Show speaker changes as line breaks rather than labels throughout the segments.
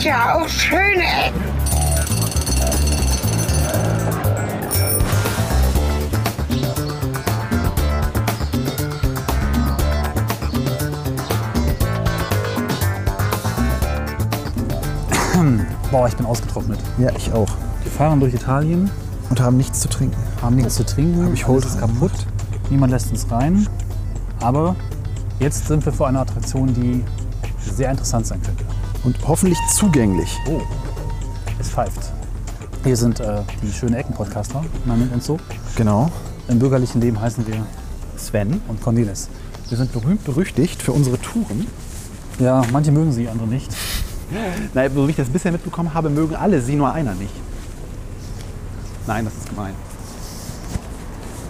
ja auch schöne Ecken.
Boah, ich bin ausgetrocknet.
Ja, ich auch.
Wir fahren durch Italien,
Und haben nichts zu trinken.
haben nichts zu trinken,
ich
alles
Hose
ist kaputt, niemand lässt uns rein. Aber jetzt sind wir vor einer Attraktion, die sehr interessant sein könnte.
Und hoffentlich zugänglich.
Oh, es pfeift. Hier sind äh, die schönen Ecken-Podcaster, man nennt uns so.
Genau.
Im bürgerlichen Leben heißen wir
Sven.
und Cornelis.
Wir sind berühmt berüchtigt für unsere Touren.
Ja, manche mögen sie, andere nicht.
Nein, so wie ich das bisher mitbekommen habe, mögen alle sie, nur einer nicht. Nein, das ist gemein.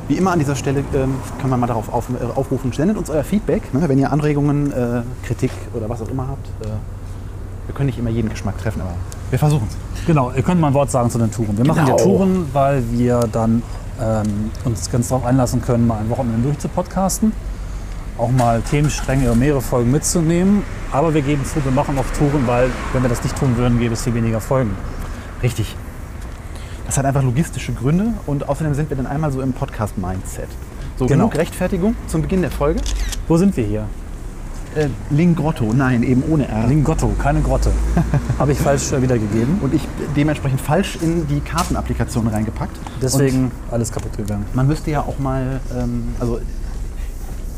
Wie immer an dieser Stelle ähm, kann man mal darauf auf, äh, aufrufen, sendet uns euer Feedback, ne, wenn ihr Anregungen, äh, Kritik oder was auch immer habt. Äh, wir können nicht immer jeden Geschmack treffen, aber wir versuchen es.
Genau, ihr könnt mal ein Wort sagen zu den Touren. Wir machen
Genau.
ja Touren, weil wir dann ähm, uns ganz darauf einlassen können, mal ein Wochenende durchzupodcasten. Auch mal Themenstränge oder mehrere Folgen mitzunehmen. Aber wir geben zu, wir machen auch Touren, weil wenn wir das nicht tun würden, gäbe es viel weniger Folgen.
Richtig. Das hat einfach logistische Gründe und außerdem sind wir dann einmal so im Podcast-Mindset. So
Genau.
genug Rechtfertigung zum Beginn der Folge.
Wo sind wir hier?
Äh, Lingrotto, nein, eben ohne R.
Lingotto, keine Grotte. Habe ich falsch äh, wiedergegeben.
und ich dementsprechend falsch in die Kartenapplikation reingepackt.
Deswegen alles kaputt gegangen.
Und man müsste ja auch mal, ähm, also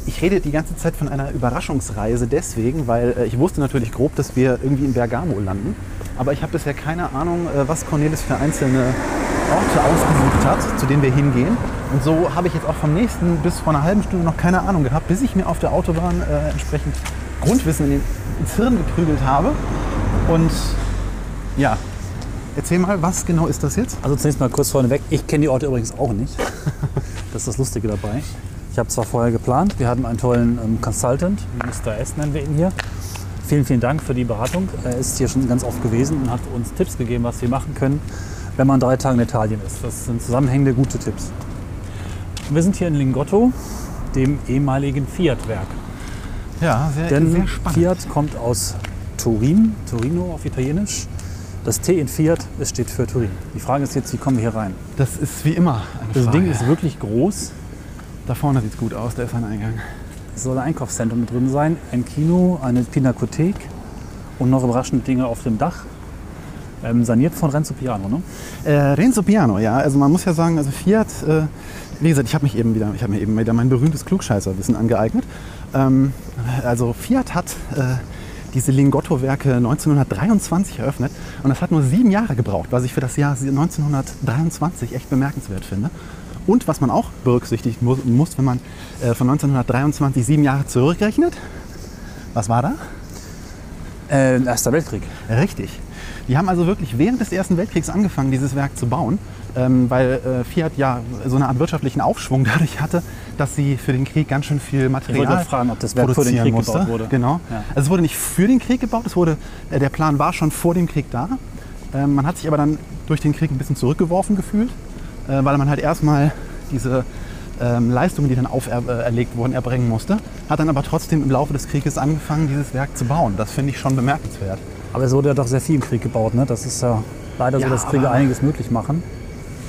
ich rede die ganze Zeit von einer Überraschungsreise deswegen, weil äh, ich wusste natürlich grob, dass wir irgendwie in Bergamo landen. Aber ich habe bisher keine Ahnung, äh, was Cornelis für einzelne Orte ausgesucht hat, zu denen wir hingehen. Und so habe ich jetzt auch vom nächsten bis vor einer halben Stunde noch keine Ahnung gehabt, bis ich mir auf der Autobahn äh, entsprechend Grundwissen in den, ins Hirn geprügelt habe. Und ja, erzähl mal, was genau ist das jetzt?
Also zunächst mal kurz vorneweg, ich kenne die Orte übrigens auch nicht. Das ist das Lustige dabei. Ich habe zwar vorher geplant, wir hatten einen tollen ähm, Consultant, Mr. S nennen wir ihn hier. Vielen, vielen Dank für die Beratung. Er ist hier schon ganz oft gewesen und hat uns Tipps gegeben, was wir machen können, wenn man drei Tage in Italien ist. Das sind zusammenhängende gute Tipps. Und wir sind hier in Lingotto, dem ehemaligen Fiat-Werk.
Ja, sehr,
Denn Fiat kommt aus Turin, Torino auf Italienisch. Das T in Fiat, es steht für Turin. Die Frage ist jetzt, wie kommen wir hier rein?
Das ist wie immer eine
Das
Frage.
Ding ist wirklich groß.
da vorne sieht es gut aus, da ist ein Eingang.
Es soll ein Einkaufszentrum mit drin sein, ein Kino, eine Pinakothek und noch überraschende Dinge auf dem Dach. Ähm, saniert von Renzo Piano, ne?
Äh, Renzo Piano, ja, also man muss ja sagen, also Fiat, äh, wie gesagt, ich habe mich eben wieder, ich habe mir eben wieder mein berühmtes Klugscheißerwissen angeeignet. Ähm, also Fiat hat äh, diese Lingotto-Werke 1923 eröffnet und das hat nur sieben Jahre gebraucht, was ich für das Jahr 1923 echt bemerkenswert finde. Und was man auch berücksichtigen muss, muss wenn man äh, von 1923 sieben Jahre zurückrechnet, was war da?
Äh, Erster Weltkrieg.
Richtig. Die haben also wirklich während des Ersten Weltkriegs angefangen, dieses Werk zu bauen, ähm, weil äh, Fiat ja so eine Art wirtschaftlichen Aufschwung dadurch hatte, dass sie für den Krieg ganz schön viel Material
gerade fragen, ob das Werk für den
produzieren
Krieg
musste.
gebaut wurde.
Genau.
Ja.
Also es wurde nicht für den Krieg gebaut, es wurde, äh, der Plan war schon vor dem Krieg da. Ähm, man hat sich aber dann durch den Krieg ein bisschen zurückgeworfen gefühlt, äh, weil man halt erstmal diese ähm, Leistungen, die dann auferlegt äh, erlegt wurden, erbringen musste. Hat dann aber trotzdem im Laufe des Krieges angefangen, dieses Werk zu bauen. Das finde ich schon bemerkenswert.
Aber es wurde ja doch sehr viel im Krieg gebaut, ne? Das ist ja leider
Ja,
so, dass Kriege
aber- hm.
einiges möglich machen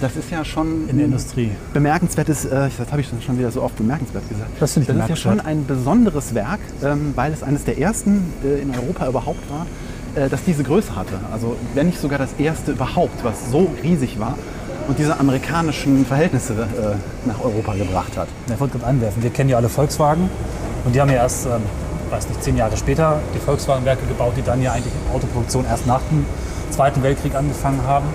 Das ist ja schon
in der
ein
Industrie.
bemerkenswertes, äh, das habe ich schon wieder so oft bemerkenswert gesagt.
Das finde ich
ist ja schon
bemerkenswert.
ein besonderes Werk, ähm, weil es eines der ersten äh, in Europa überhaupt war, äh, das diese Größe hatte. Also wenn nicht sogar das erste überhaupt, was so riesig war und diese amerikanischen Verhältnisse äh, nach Europa gebracht hat.
Ja, Ich wollte gerade anwerfen, wir kennen ja alle Volkswagen und die haben ja erst, ähm, weiß nicht, zehn Jahre später die Volkswagenwerke gebaut, die dann ja eigentlich in Autoproduktion erst nach dem Zweiten Weltkrieg angefangen haben.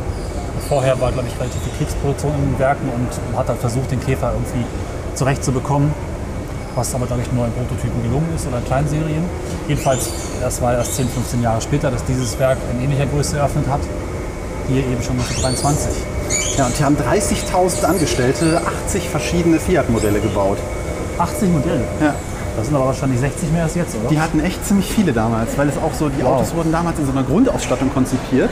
Vorher war, glaube ich, relativ viel Kriegsproduktion in den Werken und man hat dann versucht, den Käfer irgendwie zurechtzubekommen, was aber, glaube ich, nur in Prototypen gelungen ist oder in kleinen Serien. Jedenfalls, das war erst 10, 15 Jahre später, dass dieses Werk in ähnlicher Größe eröffnet hat. Hier eben schon 1923.
Ja, und die haben 30.000 Angestellte, 80 verschiedene Fiat-Modelle gebaut.
80 Modelle.
Ja.
Das sind aber wahrscheinlich 60 mehr als jetzt, oder?
Die hatten echt ziemlich viele damals, weil es auch so, die
Wow.
Autos wurden damals in so einer Grundausstattung konzipiert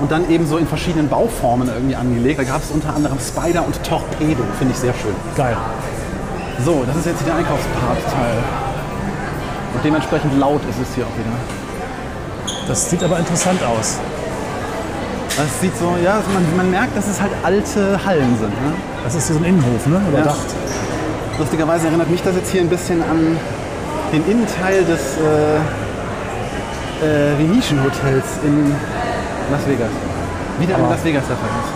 und dann eben so in verschiedenen Bauformen irgendwie angelegt. Da gab es unter anderem Spider und Torpedo, finde ich sehr schön.
Geil.
So, das ist jetzt der Einkaufspartteil. Und dementsprechend laut ist es hier auch wieder.
Das sieht aber interessant aus.
Es sieht so, ja, also man, man merkt, dass es halt alte Hallen sind. Ne?
Das ist hier so ein Innenhof, ne? Überdacht.
Lustigerweise erinnert mich das jetzt hier ein bisschen an den Innenteil des äh, äh, Venetian Hotels in Las Vegas. Wieder in
Aber-
Las Vegas der Fall ist.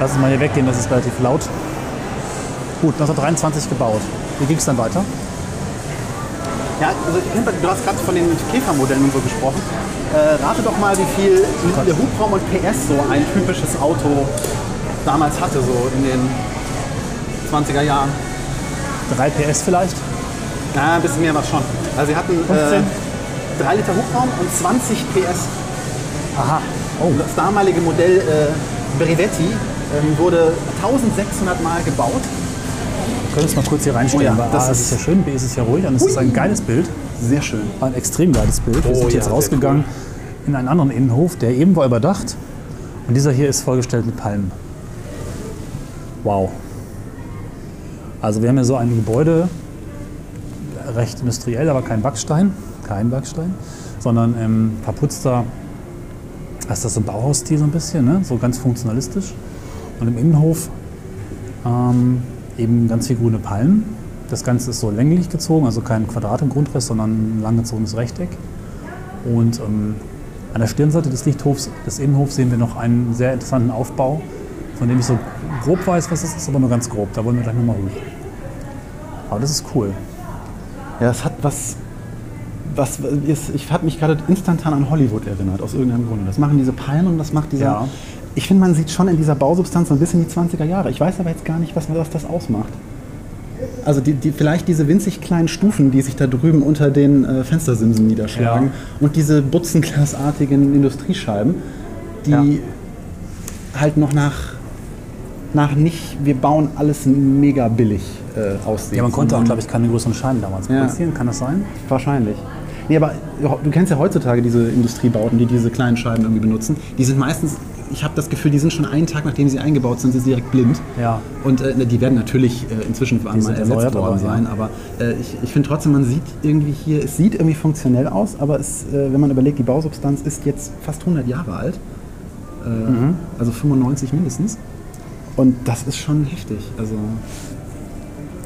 Lass uns mal hier weggehen, das ist relativ laut. Gut, 1923 gebaut. Wie ging es dann weiter?
Ja, also, Hilbert, du hast gerade von den Käfermodellen und so gesprochen. Äh, rate doch mal, wie viel der Hubraum und PS so ein typisches Auto damals hatte, so in den 20er Jahren.
3 PS vielleicht?
Na, ein bisschen mehr war schon. Also sie hatten äh,
15?
3 Liter Hubraum und 20 PS.
Aha. Oh,
Das damalige Modell äh, Brevetti ähm, wurde 1600 Mal gebaut.
können wir es mal kurz hier reinstellen?
Oh ja,
weil
das
A, es
ist-
ist ja schön, B, es ist ja ruhig und es ist ein geiles Bild.
Sehr schön.
Ein extrem geiles Bild. Wir
Oh
sind
ja,
jetzt
sehr
rausgegangen in einen anderen Innenhof, der eben war überdacht. Und dieser hier ist vollgestellt mit Palmen. Wow. Also wir haben hier so ein Gebäude, recht industriell, aber kein Backstein, kein Backstein, sondern ähm, verputzter, ist das so ein Bauhausstil so ein bisschen, ne? so ganz funktionalistisch. Und im Innenhof ähm, eben ganz viel grüne Palmen. Das Ganze ist so länglich gezogen, also kein Quadrat im Grundriss, sondern ein langgezogenes Rechteck. Und ähm, an der Stirnseite des Lichthofs, des Innenhofs, sehen wir noch einen sehr interessanten Aufbau, von dem ich so grob weiß, was es ist, aber nur ganz grob. Da wollen wir gleich nochmal hoch. Aber das ist cool.
Ja, es hat was. was ist, ich habe mich gerade instantan an Hollywood erinnert, aus irgendeinem Grunde. Das machen diese Palmen und das macht dieser.
Ja.
Ich finde, man sieht schon in dieser Bausubstanz so ein bisschen die 20er Jahre. Ich weiß aber jetzt gar nicht, was, was das ausmacht. Also die, die, vielleicht diese winzig kleinen Stufen, die sich da drüben unter den äh, Fenstersimsen niederschlagen
Ja.
und diese butzenglasartigen Industriescheiben, die
Ja.
halt noch nach, nach nicht, wir bauen alles mega billig äh, aussehen.
Ja, man konnte auch, glaube ich, keine größeren Scheiben damals
Ja.
produzieren, kann das sein?
Wahrscheinlich. Nee, aber du kennst ja heutzutage diese Industriebauten, die diese kleinen Scheiben irgendwie benutzen. Die sind meistens, ich habe das Gefühl, die sind schon einen Tag, nachdem sie eingebaut sind, sind sie direkt blind.
Ja.
Und äh, die werden natürlich äh, inzwischen waren mal
sind
ersetzt
erneuert,
worden
aber ja.
sein, aber äh, ich, ich finde trotzdem, man sieht irgendwie hier, es sieht irgendwie funktionell aus, aber es, äh, wenn man überlegt, die Bausubstanz ist jetzt fast 100 Jahre alt, äh,
Mhm.
also 95 mindestens. Und das ist schon heftig. Also,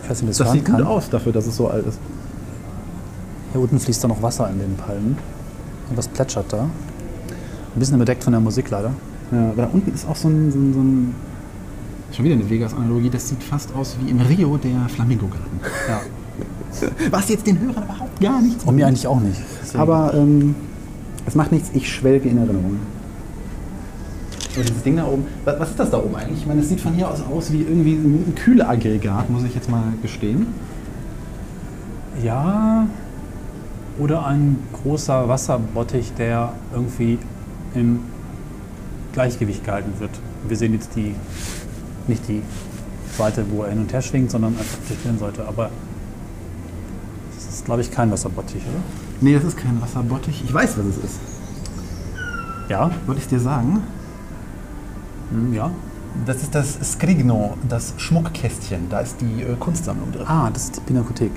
Ich weiß nicht, ob ich das,
das
hören
sieht gut
kann.
aus dafür, dass es so alt ist.
Hier unten fließt da noch Wasser in den Palmen. Und was plätschert da. Ein bisschen bedeckt von der Musik leider.
Ja, aber da unten ist auch so ein, so ein, so ein schon wieder eine Vegas-Analogie, das sieht fast aus wie im Rio der Flamingo-Garten.
Ja.
Was jetzt den Hörern überhaupt gar nichts
Und mir eigentlich auch nicht. Deswegen-
Oh, Aber ähm, es macht nichts, ich schwelge in Erinnerungen. Und dieses Ding da oben, wa- was ist das da oben eigentlich? Ich meine, es sieht von hier aus aus wie irgendwie ein Kühleaggregat, muss ich jetzt mal gestehen.
Ja, oder ein großer Wasserbottich, der irgendwie im Gleichgewicht gehalten wird. Wir sehen jetzt die, nicht die Seite, wo er hin und her schwingt, sondern einfach die Stirnseite. Aber das ist, glaube ich, kein Wasserbottich, oder?
Nee, das ist kein Wasserbottich. Ich weiß, was es ist.
Ja,
Wollte ich dir sagen?
hm, ja.
Das ist das Scrigno, das Schmuckkästchen. Da ist die äh, Kunstsammlung drin.
Ah, das ist die Pinakothek.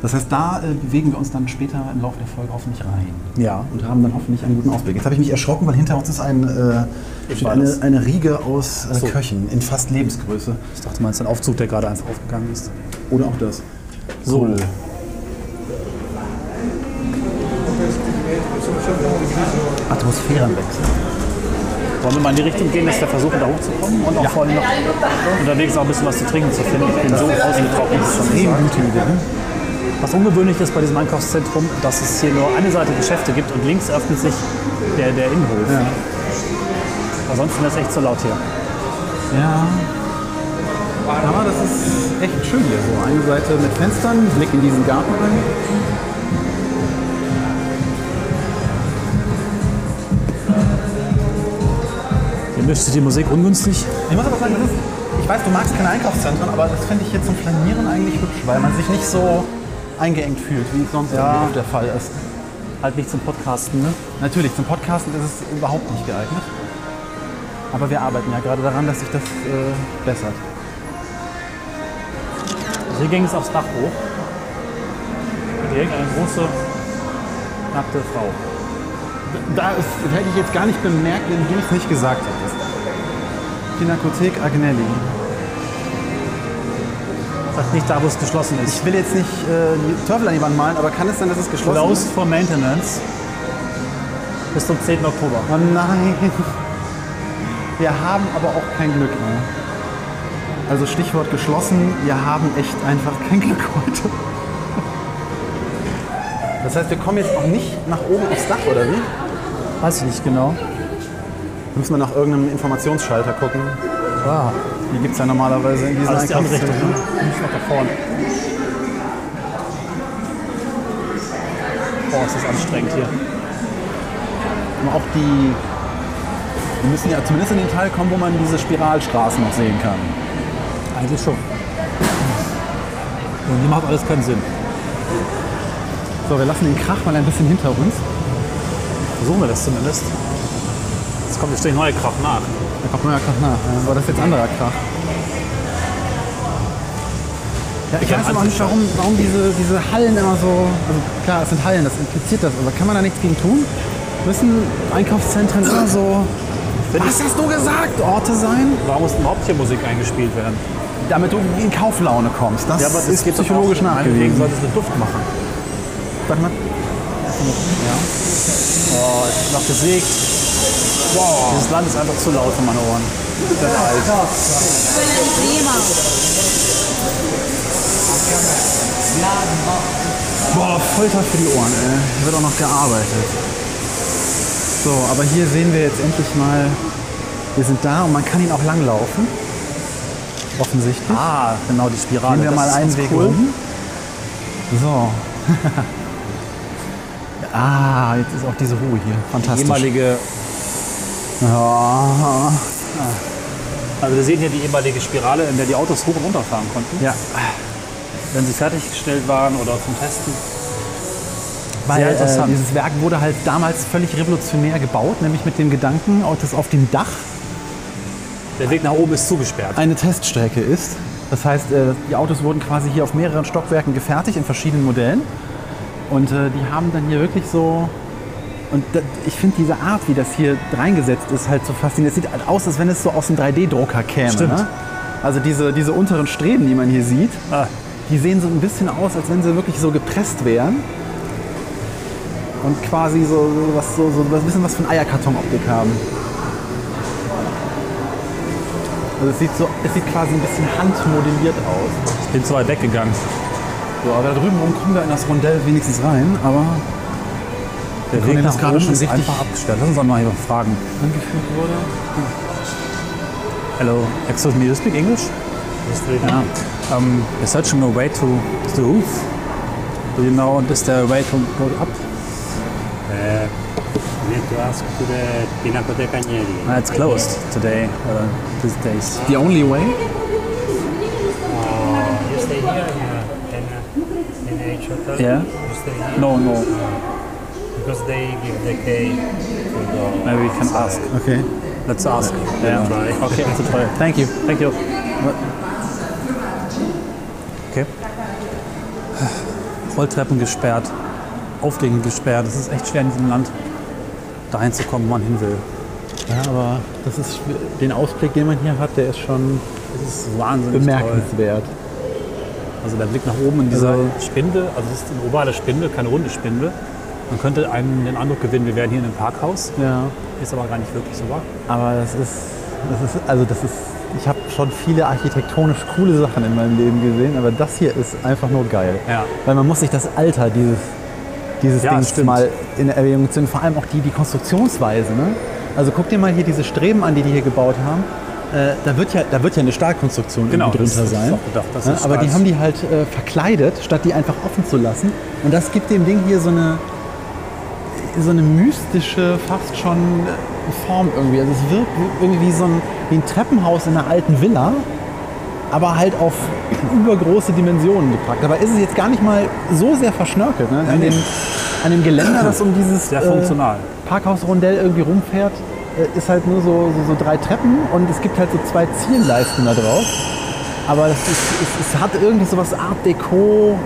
Das heißt, da äh, bewegen wir uns dann später im Laufe der Folge hoffentlich rein.
Ja.
Und haben dann hoffentlich einen guten Ausblick. Jetzt habe ich mich erschrocken, weil hinter uns ist ein, äh,
Ich
steht
war
eine,
das.
eine Riege aus äh,
so.
Köchen in fast Lebensgröße.
Ich dachte mal, es ist ein Aufzug, der gerade einfach aufgegangen ist.
Oder auch das.
So.
Atmosphärenwechsel.
Wollen wir mal in die Richtung gehen, dass wir versuchen, da hochzukommen und auch vor allem noch unterwegs auch ein bisschen was zu trinken zu finden. Ich bin so ausgetrocknet. muss ich sagen.
gute Idee. ne?
Was ungewöhnlich ist bei diesem Einkaufszentrum, dass es hier nur eine Seite Geschäfte gibt und links öffnet sich der, der Innenhof.
Ja.
Ansonsten ist es echt so laut hier.
Ja. Aber das ist echt schön hier so. Eine Seite mit Fenstern, Blick in diesen Garten rein.
Hier mischt sich die Musik ungünstig.
Ich muss aber sagen, das ist, ich weiß, du magst keine Einkaufszentren, aber das finde ich hier zum Flanieren eigentlich hübsch, weil man sich nicht so eingeengt fühlt, wie es sonst
Ja.
irgendwie der Fall ist.
Halt nicht zum Podcasten, ne?
Natürlich, zum Podcasten ist es überhaupt nicht geeignet. Aber wir arbeiten ja gerade daran, dass sich das äh, bessert.
Hier ging es aufs Dach hoch. Und hier hängt eine große, nackte Frau.
da ist, hätte ich jetzt gar nicht bemerkt, wenn du es nicht gesagt hättest. Pinakothek Agnelli.
Sagt nicht da, wo es geschlossen ist.
Ich will jetzt nicht äh, die Teufel an die Wand malen, aber kann es sein, dass es geschlossen
Closed
ist?
for Maintenance bis zum 10. Oktober.
Oh nein. Wir haben aber auch kein Glück mehr. Also Stichwort geschlossen, wir haben echt einfach kein Glück heute. Das heißt, wir kommen jetzt auch nicht nach oben aufs Dach, oder wie?
Weiß ich nicht genau.
Müssen wir nach irgendeinem Informationsschalter gucken.
Ah,
Die gibt es ja normalerweise in diesen
alles die andere Richtung.
Einkaufszentren.
ne? Nicht nach da vorne. Boah, ist das anstrengend hier.
Aber auch die. Wir müssen ja zumindest in den Teil kommen, wo man diese Spiralstraßen noch sehen kann.
Eigentlich schon. Und hier macht alles keinen Sinn.
So, wir lassen den Krach mal ein bisschen hinter uns.
Versuchen wir das zumindest. Jetzt kommt jetzt die neue Kraft nach.
Da kommt neuer Krach nach. Äh, War das jetzt anderer Krach? Ja, ich
Ja,
weiß aber auch nicht, warum, warum diese, diese Hallen immer so. Also klar, es sind Hallen, das impliziert das, aber kann man da nichts gegen tun? Müssen Einkaufszentren immer so. Was hast du gesagt? Orte sein?
Warum muss überhaupt hier Musik eingespielt werden?
Damit du in Kauflaune kommst. Das, ist
geht doch
psychologisch
auch. Meinetwegen
nachgewiesen.
sollte es einen Duft machen.
Sag mal,
Oh, ich bin noch gesägt. Wow. Dieses Land ist einfach zu laut für meine Ohren. Ich werde alt.
Boah, Folter für die Ohren, ey. Hier wird auch noch gearbeitet. So, aber hier sehen wir jetzt endlich mal, wir sind da und man kann ihn auch langlaufen. Offensichtlich.
Ah, genau, die Spirale.
Nehmen wir
Das
mal
ist
einen
ganz
Weg
cool.
rum. So. ah, jetzt ist auch diese Ruhe hier. Fantastisch.
Ehemalige,
Ja.
also wir sehen hier die ehemalige Spirale, in der die Autos hoch und runter fahren konnten.
ja.
Wenn sie fertiggestellt waren oder zum Testen.
Weil äh,
interessant.
dieses Werk wurde halt damals völlig revolutionär gebaut, nämlich mit dem Gedanken, dass auf dem Dach
Der Weg nach oben ist zugesperrt.
eine Teststrecke ist. Das heißt, äh, die Autos wurden quasi hier auf mehreren Stockwerken gefertigt in verschiedenen Modellen. Und äh, die haben dann hier wirklich so. Und da- ich finde diese Art, wie das hier reingesetzt ist, halt so faszinierend. Es sieht halt aus, als wenn es so aus einem 3D-Drucker käme.
Stimmt.
Ne? Also diese, diese unteren Streben, die man hier sieht,
Ah,
die sehen so ein bisschen aus, als wenn sie wirklich so gepresst wären. Und quasi so, so, was, so, so ein bisschen was von Eierkarton-Optik haben. Also es sieht, so, es sieht quasi ein bisschen handmodelliert aus.
ich bin zu weit weggegangen.
So, aber da drüben rum kommen wir in das Rondell wenigstens rein, aber
Der
Weg nach oben ist einfach
einfach abgesperrt. Lass uns doch mal hier fragen.
angeführt wurde.
Hello, excuse me, you speak English? Yeah. Um, we're searching a way to to the roof. Do you know is there a way to go up?
Uh, we need to ask to the Pinacoteca Agnelli.
Ah, it's closed today, uh, these days.
The only way?
Uh, you stay here in uh, in, uh, in H hotel.
Yeah.
You stay here
No, no,
because they give the key to the.
maybe we can ask.
Okay.
Let's ask.
Yeah. Try.
Okay, let's try.
Thank you.
Thank you. Okay. Rolltreppen gesperrt, Aufgänge gesperrt. Es ist echt schwer in diesem Land dahin zu kommen, wo man hin will.
Ja, aber das ist den Ausblick, den man hier hat, der ist schon
Es ist wahnsinnig toll.
bemerkenswert.
Also der Blick nach oben in dieser Spinde, also es ist eine ovale Spinde, keine runde Spinde. Man könnte einen den Eindruck gewinnen, wir wären hier in einem Parkhaus.
Ja.
Ist aber gar nicht wirklich so wahr.
Aber das ist, das ist, also das ist, ich habe schon viele architektonisch coole Sachen in meinem Leben gesehen, aber das hier ist einfach nur geil.
Ja.
Weil man muss sich das Alter dieses, dieses
Ja,
Dings
stimmt.
mal in Erwägung ziehen, vor allem auch die, die Konstruktionsweise. Ne? Also guck dir mal hier diese Streben an, die die hier gebaut haben. Äh, da, wird ja, da wird ja eine Stahlkonstruktion
Genau,
irgendwie
das
drunter
ist- das ist
sein.
auch gedacht, das
ja,
ist
aber die
Stahl.
haben die halt äh, verkleidet, statt die einfach offen zu lassen. Und das gibt dem Ding hier so eine, so eine mystische, fast schon äh, Form irgendwie. Also es wirkt irgendwie wie so ein, wie ein Treppenhaus in einer alten Villa, aber halt auf übergroße Dimensionen gepackt. Dabei ist es jetzt gar nicht mal so sehr verschnörkelt. Ne? An, dem, an dem Geländer, das um dieses
Sehr funktional.
Parkhausrondell irgendwie rumfährt, äh, ist halt nur so, so, so drei Treppen und es gibt halt so zwei Zielleisten da drauf. Aber es, ist, es, es hat irgendwie so was Art Deco.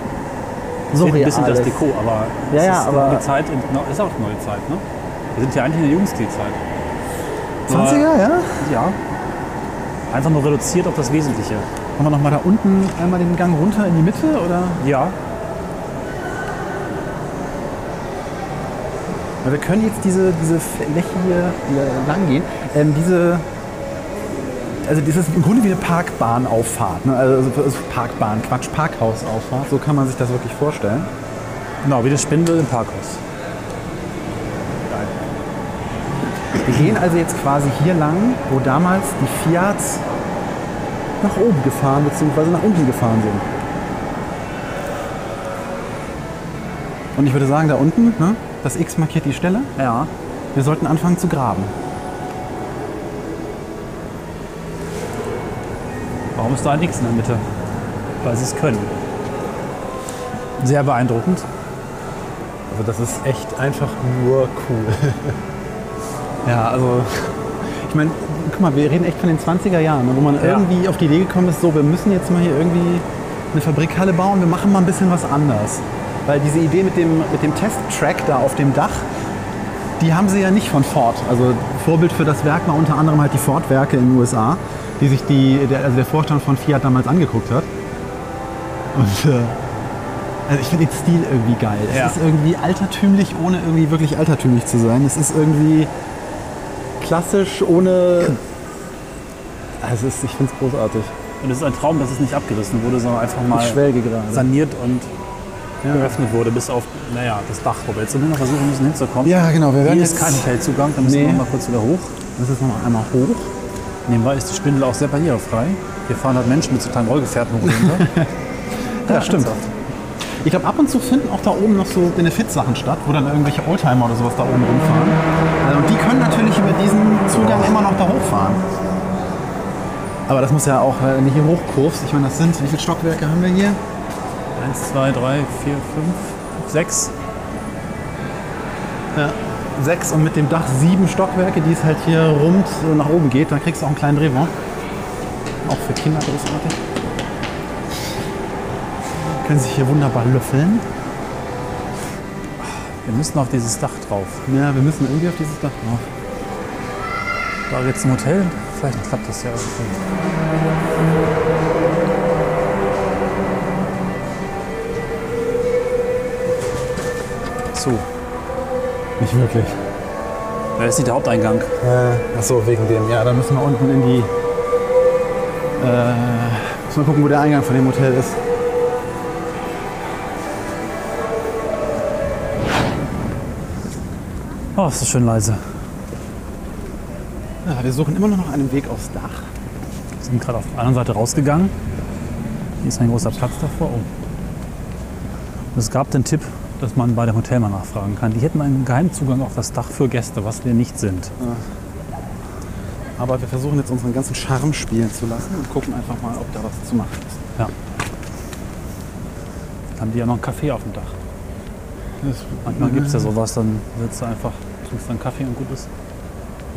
Fehlt
So
ein bisschen das
Reales.
Deko, aber
Ja,
es
ja,
ist
aber-
neue Zeit und neu- ist auch neue Zeit, ne? Wir sind ja eigentlich in der Jugendstilzeit.
20er, ja?
Ja. Einfach nur reduziert auf das Wesentliche.
Machen wir nochmal da unten einmal den Gang runter in die Mitte oder?
Ja.
Weil wir können jetzt diese, diese Fläche hier äh, lang gehen. Ähm, diese, also das ist im Grunde wie eine Parkbahnauffahrt. Ne? Also, also Parkbahn, Quatsch, Parkhausauffahrt. So kann man sich das wirklich vorstellen.
Genau, wie das Spindel im Parkhaus.
Wir gehen also jetzt quasi hier lang, wo damals die Fiats nach oben gefahren bzw. nach unten gefahren sind. Und ich würde sagen, da unten, ne, das X markiert die Stelle.
Ja.
Wir sollten anfangen zu graben.
Warum ist da ein X in der Mitte? Weil sie es können. Sehr beeindruckend.
Also das ist echt einfach nur cool.
Ja, also ich meine, guck mal, wir reden echt von den 20er Jahren, ne, wo man irgendwie auf die Idee gekommen ist, so, wir müssen jetzt mal hier irgendwie eine Fabrikhalle bauen, wir machen mal ein bisschen was anders. Weil diese Idee mit dem, mit dem Testtrack da auf dem Dach, die haben sie ja nicht von Ford. Also Vorbild für das Werk war unter anderem halt die Ford-Werke in den USA, die sich die, der, also der Vorstand von Fiat damals angeguckt hat. Und äh, also ich finde den Stil irgendwie geil.
Ja.
Es ist irgendwie altertümlich, ohne irgendwie wirklich altertümlich zu sein. Es ist irgendwie klassisch, ohne... Also es ist, ich finde es großartig.
Und es ist ein Traum, dass es nicht abgerissen wurde, sondern einfach mal
Ich schwelge gerade.
saniert und geöffnet wurde, bis auf, naja, das Dach. Wo wir jetzt nur noch versuchen müssen hinzukommen.
Ja, genau. Wir
Hier
werden
ist
jetzt
kein Feldzugang, da müssen
Nee.
wir noch mal kurz wieder hoch.
Das ist noch einmal hoch.
Nebenbei ist die Spindel auch sehr barrierefrei. Hier fahren halt Menschen mit totalen Rollgefährten hoch. und runter.
Ja, stimmt. Ich glaube, ab und zu finden auch da oben noch so Benefizsachen statt, wo dann irgendwelche Oldtimer oder sowas da oben rumfahren. Also, und die können natürlich über diesen Zugang immer noch da hochfahren. Aber das muss ja auch äh, nicht im Hochkurs. Ich meine, das sind, wie viele Stockwerke haben wir hier?
Eins, zwei, drei, vier, fünf, sechs.
Sechs und mit dem Dach sieben Stockwerke, die es halt hier rund so nach oben geht. Dann kriegst du auch einen kleinen Drehwand. Auch für Kinder großartig. Können sich hier wunderbar löffeln.
Wir müssen auf dieses Dach drauf.
Ja, wir müssen irgendwie auf dieses Dach drauf.
Da jetzt ein Hotel, vielleicht klappt das ja irgendwie. So,
Nicht wirklich.
das ist nicht der Haupteingang.
Äh, achso, wegen dem. Ja, dann müssen wir unten in die. Äh, müssen wir gucken, wo der Eingang von dem Hotel ist.
Oh, ist das schön leise.
Ja, wir suchen immer noch nach einem Weg aufs Dach.
Wir sind gerade auf der anderen Seite rausgegangen. Hier ist ein großer Platz davor. Oh. Und es gab den Tipp, dass man bei dem Hotel mal nachfragen kann. Die hätten einen Geheimzugang auf das Dach für Gäste, was wir nicht sind.
Aber wir versuchen jetzt unseren ganzen Charme spielen zu lassen und gucken einfach mal, ob da was zu machen ist.
Ja. Dann haben die ja noch einen Kaffee auf dem Dach. Manchmal gibt es ja sowas, dann sitzt du einfach, trinkst dann Kaffee und gut ist.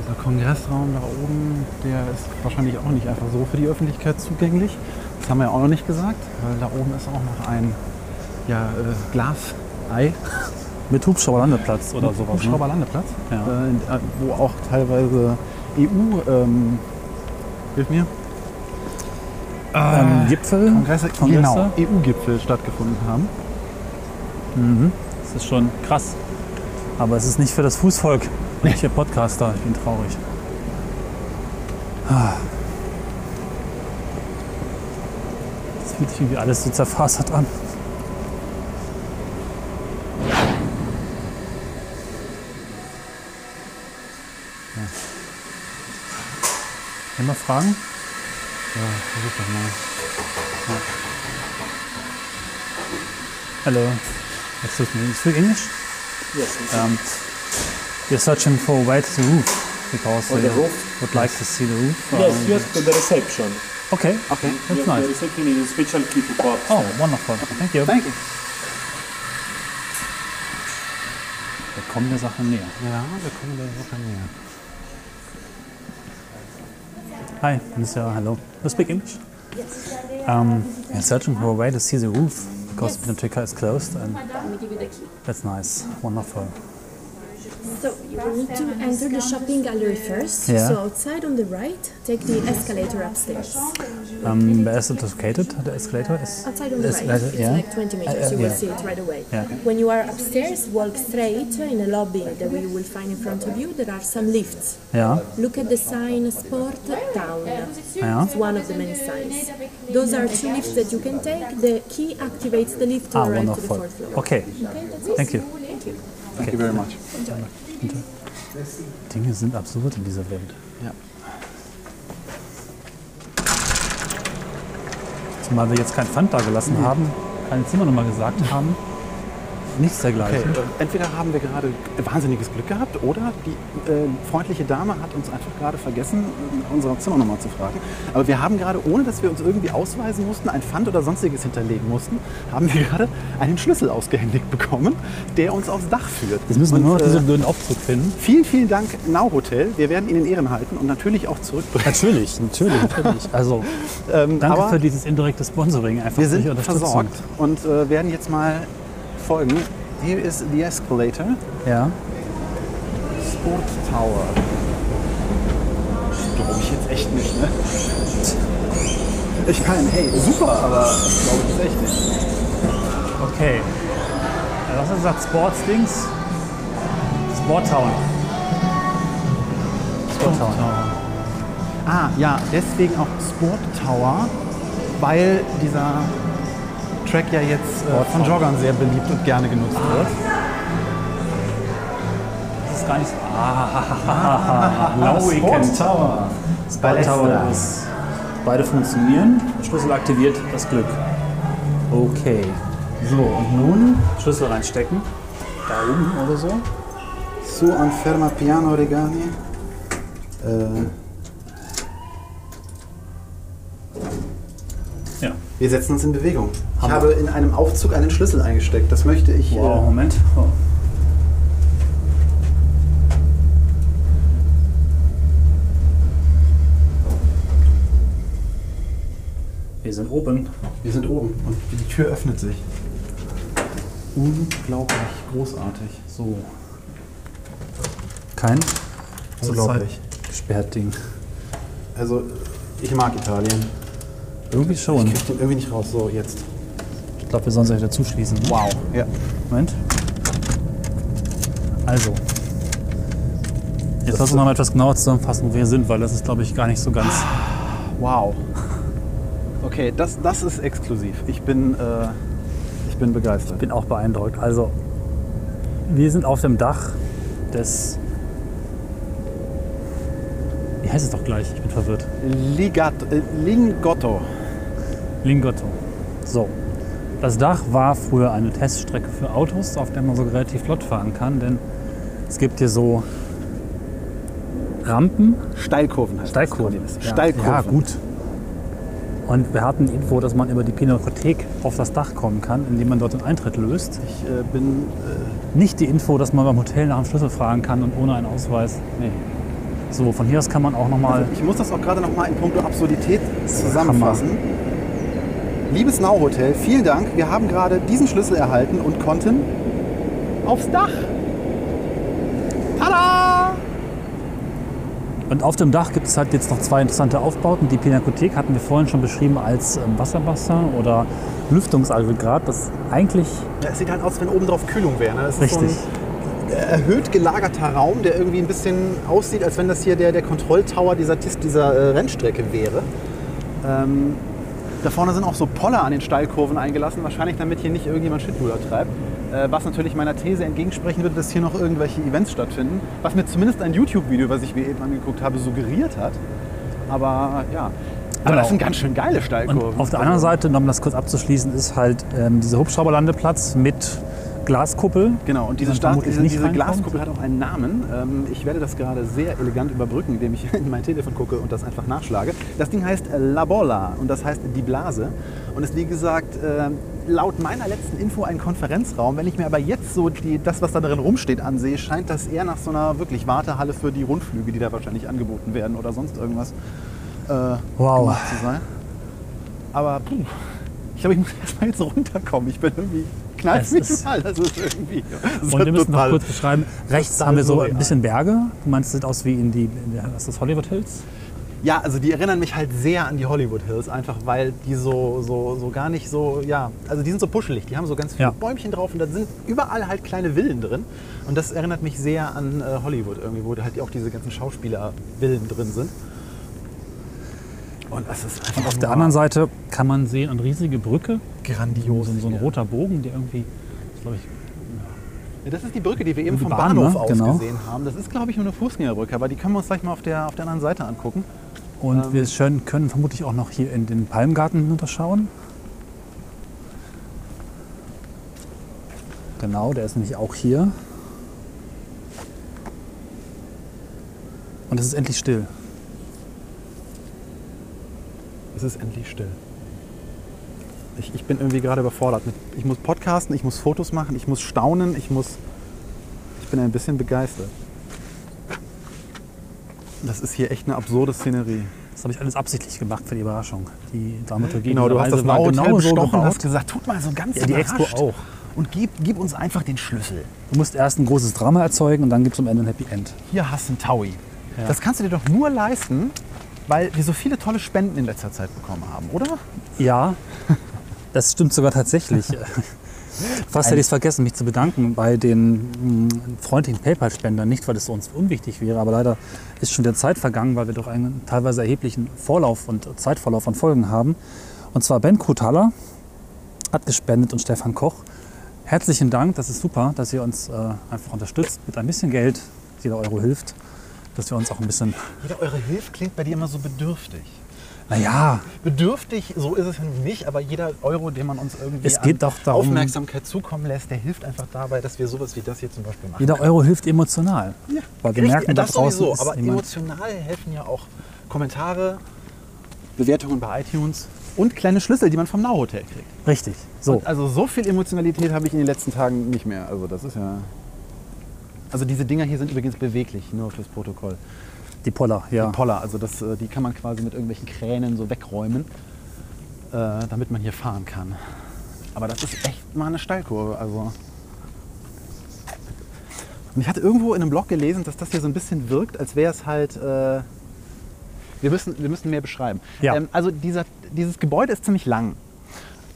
Dieser Kongressraum da oben, der ist wahrscheinlich auch nicht einfach so für die Öffentlichkeit zugänglich. Das haben wir ja auch noch nicht gesagt, weil da oben ist auch noch ein ja, äh, Glasei.
Mit Hubschrauberlandeplatz oder sowas. ne?
Hubschrauberlandeplatz,
Ja.
äh, in- äh, wo auch teilweise EU, ähm, hilf mir,
Ähm, Gipfel.
Kongresse,
Kongresse?
genau, EU-Gipfel stattgefunden haben.
Das ist schon krass. Aber es ist nicht für das Fußvolk. Und ich bin Podcaster, ich bin traurig. Ah. Das fühlt sich irgendwie alles so zerfasert an. Ja. Immer Fragen? Hello. Excuse me. You speak English? Yes. Um, we're searching for a way to the roof because we would like to see the roof.
Yes, yes, to the reception.
Okay. Oh. Okay. That's nice.
reception is a special key to pop.
Oh, wonderful. Thank you.
Danke.
Wir kommen der Sache näher.
Ja, wir kommen da noch näher.
Hi, Mr. Hello. You speak English? Yes. Um, we're searching for a way to see the roof because Pinoteca is closed and
Let me give you the key.
that's nice. Wonderful.
Je So you will need to enter the shopping gallery first.
Yeah.
So outside on the right, take the escalator upstairs.
Um, where is it located? The escalator is.
Outside on the
Yes,
right,
that's-
it's
yeah.
like 20 meters.
Uh,
you will
yeah.
see it right away.
Yeah.
When you are upstairs, walk straight in a lobby that you will find in front of you. There are some lifts.
Ja,
Look at the sign Sport Town.
ja.
It's one of the many signs. Those are two lifts that you can take. The key activates the lift to
Ah,
arrive to the
wonderful.
fourth floor.
Okay,
Okay, that's it.
thank you.
Thank you.
Thank you very much.
Dinge sind absurd in dieser Welt.
Ja.
Zumal wir jetzt kein Pfand da gelassen haben, keine Zimmernummer gesagt haben, nichts
Okay,
dergleichen.
äh, entweder haben wir gerade wahnsinniges Glück gehabt oder die äh, freundliche Dame hat uns einfach gerade vergessen, äh, unsere Zimmernummer zu fragen. Aber wir haben gerade, ohne dass wir uns irgendwie ausweisen mussten, ein Pfand oder sonstiges hinterlegen mussten, haben wir gerade einen Schlüssel ausgehändigt bekommen, der uns aufs Dach führt.
Jetzt müssen wir
Und,
nur noch
äh,
diesen blöden Aufzug finden.
Vielen, vielen Dank, Now Hotel. Wir werden ihn in Ehren halten und natürlich auch zurückbringen.
Natürlich, natürlich, natürlich. Also,
Ähm,
danke
aber
für dieses indirekte Sponsoring. Einfach
wir
für die
sind
Unterstützung.
versorgt und äh, werden jetzt mal folgen. Hier ist The Escalator,
Ja.
Sport Tower. Glaube ich jetzt echt nicht, ne? Ich kann, hey, super, aber das glaube ich jetzt echt nicht.
Okay. Äh, Was hast du gesagt? Sportsdings? Sporttown. Sporttown.
Ah, ja, deswegen auch Sport Tower, weil dieser Track ja jetzt äh, von Joggern sehr beliebt und gerne genutzt wird.
Das ist gar nicht so. Ah, Low Weekend.
Tower.
Sport Tower ist. Beide funktionieren. Schlüssel aktiviert das Glück. Okay. So, und nun Schlüssel reinstecken. Da oben oder so.
Su Anferma Piano Regani. Äh,
Ja.
wir setzen uns in Bewegung. Ich habe in einem Aufzug einen Schlüssel eingesteckt. Das möchte ich.
Wow,
Äh,
Moment. Oh. Wir sind oben.
wir sind oben und die Tür öffnet sich. Unglaublich großartig.
So. Kein
Unglaublich.
zurzeit gesperrt Ding.
Also, ich mag Italien.
Irgendwie schon.
Kriegt den irgendwie nicht raus. So, jetzt.
Ich glaube, wir sollen sie wieder zuschließen. ne?
Wow. Ja.
Moment. Also. Jetzt lass uns noch mal etwas genauer zusammenfassen, wo wir sind, weil das ist, glaube ich, gar nicht so ganz.
Wow. Okay, das, das ist exklusiv. Ich bin, äh, ich bin begeistert.
bin auch beeindruckt. Also, wir sind auf dem Dach des. Wie heißt es doch gleich? Ich bin verwirrt.
Ligato, äh, Lingotto.
Lingotto. So. Das Dach war früher eine Teststrecke für Autos, auf der man so relativ flott fahren kann, denn es gibt hier so Rampen,
Steilkurven. heißt das.
Steilkurven.
Steilkurven.
Ja, gut. Und wir hatten die Info, dass man über die Pinakothek auf das Dach kommen kann, indem man dort den Eintritt löst.
Ich äh, bin. Äh,
Nicht die Info, dass man beim Hotel nach dem Schlüssel fragen kann und ohne einen Ausweis.
nee.
So, von hier aus kann man auch nochmal.
Ich muss das auch gerade noch mal in puncto Absurdität zusammenfassen. Liebes Now Hotel, vielen Dank. Wir haben gerade diesen Schlüssel erhalten und konnten aufs Dach. Tada!
Und auf dem Dach gibt es halt jetzt noch zwei interessante Aufbauten. Die Pinakothek hatten wir vorhin schon beschrieben als ähm, Wasserbassin oder Lüftungsaggregat, das eigentlich
Ja, es sieht halt aus, als wenn oben drauf Kühlung wäre. Ne? Das ist so
richtig.
ein erhöht gelagerter Raum, der irgendwie ein bisschen aussieht, als wenn das hier der, der Kontrolltower dieser, Tis- dieser äh, Rennstrecke wäre. Ähm, da vorne sind auch so Poller an den Steilkurven eingelassen, wahrscheinlich damit hier nicht irgendjemand Shitruder treibt. Äh, was natürlich meiner These entgegensprechen würde, dass hier noch irgendwelche Events stattfinden. Was mir zumindest ein YouTube-Video, was ich mir eben angeguckt habe, suggeriert hat. Aber ja. Aber
Genau.
das sind ganz schön geile
Und
Steilkurven.
auf der anderen Seite, um das kurz abzuschließen, ist halt ähm, dieser Hubschrauberlandeplatz mit Glaskuppel.
Genau, und diese,
man
Stadt,
vermutlich
diese,
nicht
diese
reinkommt.
Glaskuppel hat auch einen Namen. Ähm, ich werde das gerade sehr elegant überbrücken, indem ich in mein Telefon gucke und das einfach nachschlage. Das Ding heißt äh, La Bola und das heißt die Blase. Und ist, wie gesagt, ähm, laut meiner letzten Info ein Konferenzraum. Wenn ich mir aber jetzt so die, das, was da drin rumsteht, ansehe, scheint das eher nach so einer wirklich Wartehalle für die Rundflüge, die da wahrscheinlich angeboten werden oder sonst irgendwas äh,
Wow.
gemacht zu sein. Aber puh, ich glaube, ich muss erstmal jetzt runterkommen. Ich bin irgendwie knallt
Es
mich
ist-
mal. Das ist irgendwie. Das ist halt
Und wir müssen noch
total-
kurz beschreiben, rechts also,
total
haben wir so
surreal.
ein bisschen Berge. Du meinst, es sieht aus wie in die, in der, was ist das, Hollywood Hills?
Ja, also die erinnern mich halt sehr an die Hollywood Hills, einfach weil die so, so, so gar nicht so, ja, also die sind so puschelig, die haben so ganz viele
Ja.
Bäumchen drauf und da sind überall halt kleine Villen drin. Und das erinnert mich sehr an äh, Hollywood irgendwie, wo halt auch diese ganzen Schauspieler-Villen drin sind. Und das ist einfach
Auf der anderen Seite kann man sehen, eine riesige Brücke,
grandios.
so, ein- so ein
hier.
roter Bogen, der irgendwie, glaube ich,
Ja, das ist die Brücke, die wir eben
Die
vom
Bahn,
Bahnhof
ne?
aus
Genau.
gesehen haben. Das ist, glaube ich, nur eine Fußgängerbrücke, aber die können wir uns gleich mal auf der, auf der anderen Seite angucken.
Und wir schön, können vermutlich auch noch hier in den Palmgarten hinunterschauen. Genau, der ist nämlich auch hier. Und es ist endlich still.
Es ist endlich still. Ich, ich bin irgendwie gerade überfordert. Mit, ich muss podcasten, ich muss Fotos machen, ich muss staunen, ich muss. Ich bin ein bisschen begeistert. Das ist hier echt eine absurde Szenerie.
Das habe ich alles absichtlich gemacht für die Überraschung. Die Dramaturgie
Genau, du
dieser
hast das
Reise war
Mauerhotel
genau so
bestochen und
gebaut.
hast gesagt, tut mal so ganz
Ja, die Expo
überrascht
auch.
Und gib, gib uns einfach den Schlüssel.
Du musst erst ein großes Drama erzeugen und dann gibt es am Ende ein Happy End.
Hier hast du einen Taui. Das kannst du dir doch nur leisten, weil wir so viele tolle Spenden in letzter Zeit bekommen haben, oder?
Ja, das stimmt sogar tatsächlich. Fast hätte ich es vergessen, mich zu bedanken bei den mh, freundlichen PayPal-Spendern. Nicht, weil es uns unwichtig wäre, aber leider ist schon der Zeit vergangen, weil wir doch einen teilweise erheblichen Vorlauf und Zeitverlauf an Folgen haben. Und zwar Ben Kutala hat gespendet und Stefan Koch. Herzlichen Dank, das ist super, dass ihr uns äh, einfach unterstützt mit ein bisschen Geld. Jeder Euro hilft, dass wir uns auch ein bisschen,
Jeder eure Hilfe klingt bei dir immer so bedürftig.
naja,
bedürftig, so ist es ja nun nicht, aber jeder Euro, den man uns irgendwie
Es geht
an
doch darum-
Aufmerksamkeit zukommen lässt, der hilft einfach dabei, dass wir sowas wie das hier zum Beispiel machen.
jeder Euro hilft emotional. Weil wir
Richtig,
merken, da
das
draußen
sowieso,
ist
aber
jemand,
emotional helfen ja auch Kommentare, Bewertungen bei iTunes und kleine Schlüssel, die man vom Now Hotel kriegt.
Richtig. So.
Und also so viel Emotionalität habe ich in den letzten Tagen nicht mehr. Also das ist ja. Also diese Dinger hier sind übrigens beweglich, nur fürs Protokoll.
Die Poller, ja.
Die Poller, also das, äh, die kann man quasi mit irgendwelchen Kränen so wegräumen, äh, damit man hier fahren kann. Aber das ist echt mal eine Steilkurve. Also. Und ich hatte irgendwo in einem Blog gelesen, dass das hier so ein bisschen wirkt, als wäre es halt. Äh, wir, müssen, wir müssen mehr beschreiben.
Ja.
Ähm, also dieser, dieses Gebäude ist ziemlich lang.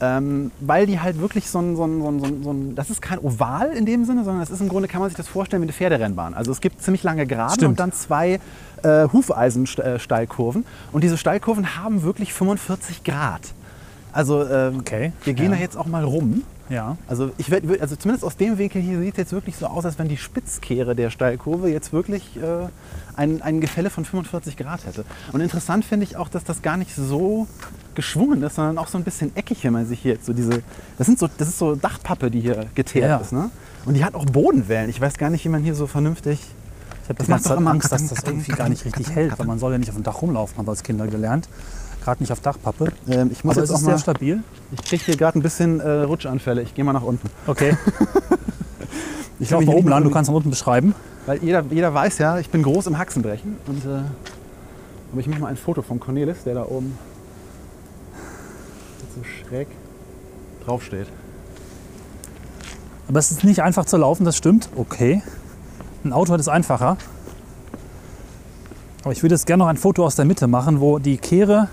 Ähm, weil die halt wirklich so ein, so, ein, so, ein, so, ein, so ein, das ist kein Oval in dem Sinne, sondern das ist im Grunde, kann man sich das vorstellen wie eine Pferderennbahn. Also es gibt ziemlich lange Geraden
Stimmt.
und dann zwei äh, Hufeisensteilkurven. Und diese Steilkurven haben wirklich 45 Grad. Also ähm,
Okay,
wir gehen
ja.
da jetzt auch mal rum.
Ja.
Also, ich werd, wür- also zumindest aus dem Winkel hier sieht es jetzt wirklich so aus, als wenn die Spitzkehre der Steilkurve jetzt wirklich äh, ein, ein Gefälle von 45 Grad hätte. Und interessant finde ich auch, dass das gar nicht so geschwungen ist, sondern auch so ein bisschen eckig, wenn man sich hier jetzt so diese. Das, sind so, das ist so Dachpappe, die hier geteert
Ja.
ist. Ne? Und die hat auch Bodenwellen. Ich weiß gar nicht, wie man hier so vernünftig.
Ich habe
Das
die ganze
macht doch
Zeit
immer
Angst, dass
Katang,
das
Katang,
irgendwie
Katang,
gar nicht richtig
Katang,
hält, weil
Katang.
man soll ja nicht auf dem Dach rumlaufen, haben wir als Kinder gelernt. Gerade nicht auf Dachpappe.
Ähm, ich muss
Aber
jetzt
es
auch
ist
mal-
sehr stabil.
Ich kriege hier gerade ein bisschen äh, Rutschanfälle. Ich gehe mal nach unten.
Okay. ich
will
laufe
mich
mal
nicht
oben
mit
lang,
so
du kannst nach unten beschreiben.
Weil jeder, jeder weiß ja, ich bin groß im Haxenbrechen. Und, äh, aber ich mache mal ein Foto von Cornelis, der da oben so schräg draufsteht.
Aber es ist nicht einfach zu laufen, das stimmt. Okay. Ein Auto hat es einfacher. Aber ich würde jetzt gerne noch ein Foto aus der Mitte machen, wo die Kehre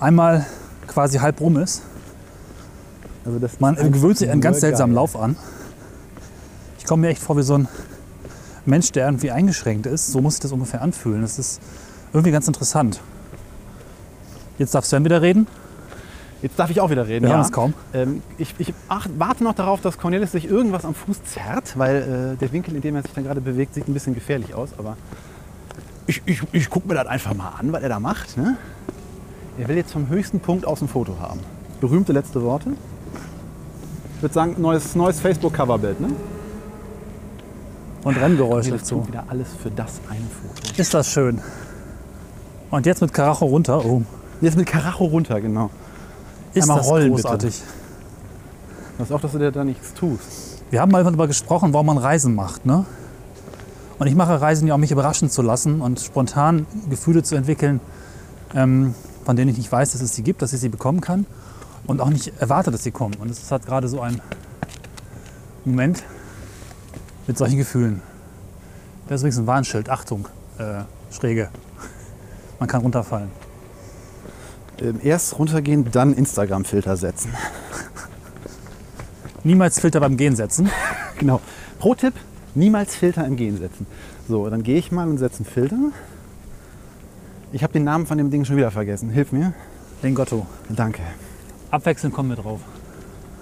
einmal quasi halb rum ist.
Also das
Man
ist einfach
gewöhnt sich einen ganz
nur
seltsamen
geil.
Lauf an. Ich komme mir echt vor wie so ein Mensch, der irgendwie eingeschränkt ist. So muss ich das ungefähr anfühlen. Das ist irgendwie ganz interessant. Jetzt darf Sven wieder reden.
Jetzt darf ich auch wieder reden.
Wir haben es kaum.
Ähm, ich ich ach, warte noch darauf, dass Cornelis sich irgendwas am Fuß zerrt, weil äh, der Winkel, in dem er sich dann gerade bewegt, sieht ein bisschen gefährlich aus. Aber ich, ich, ich gucke mir das einfach mal an, was er da macht. Ne? Er will jetzt vom höchsten Punkt aus ein Foto haben. Berühmte letzte Worte. Ich würde sagen, neues, neues Facebook-Coverbild. Ne?
Und Renngeräusche
Das tut
dazu.
wieder alles für das eine Foto.
Ist das schön. Und jetzt mit Karacho runter. Oh,
Jetzt mit Karacho runter, genau.
ist
Einmal
das
rollen,
großartig.
Pass auf, dass du dir da nichts tust.
Wir haben mal darüber gesprochen, warum man Reisen macht. Ne? Und ich mache Reisen ja, um mich überraschen zu lassen und spontan Gefühle zu entwickeln, ähm, von denen ich nicht weiß, dass es sie gibt, dass ich sie bekommen kann. und auch nicht erwartet, dass sie kommen. Und es ist halt gerade so ein Moment mit solchen Gefühlen. Da ist übrigens ein Warnschild, Achtung, äh, Schräge. Man kann runterfallen.
Ähm, erst runtergehen, dann Instagram-Filter setzen.
Niemals Filter beim Gehen setzen.
Genau. Pro-Tipp, niemals Filter im Gehen setzen. So, dann gehe ich mal und setze einen Filter. Ich habe den Namen von dem Ding schon wieder vergessen. Hilf mir.
Lingotto.
Danke.
Abwechselnd kommen wir drauf.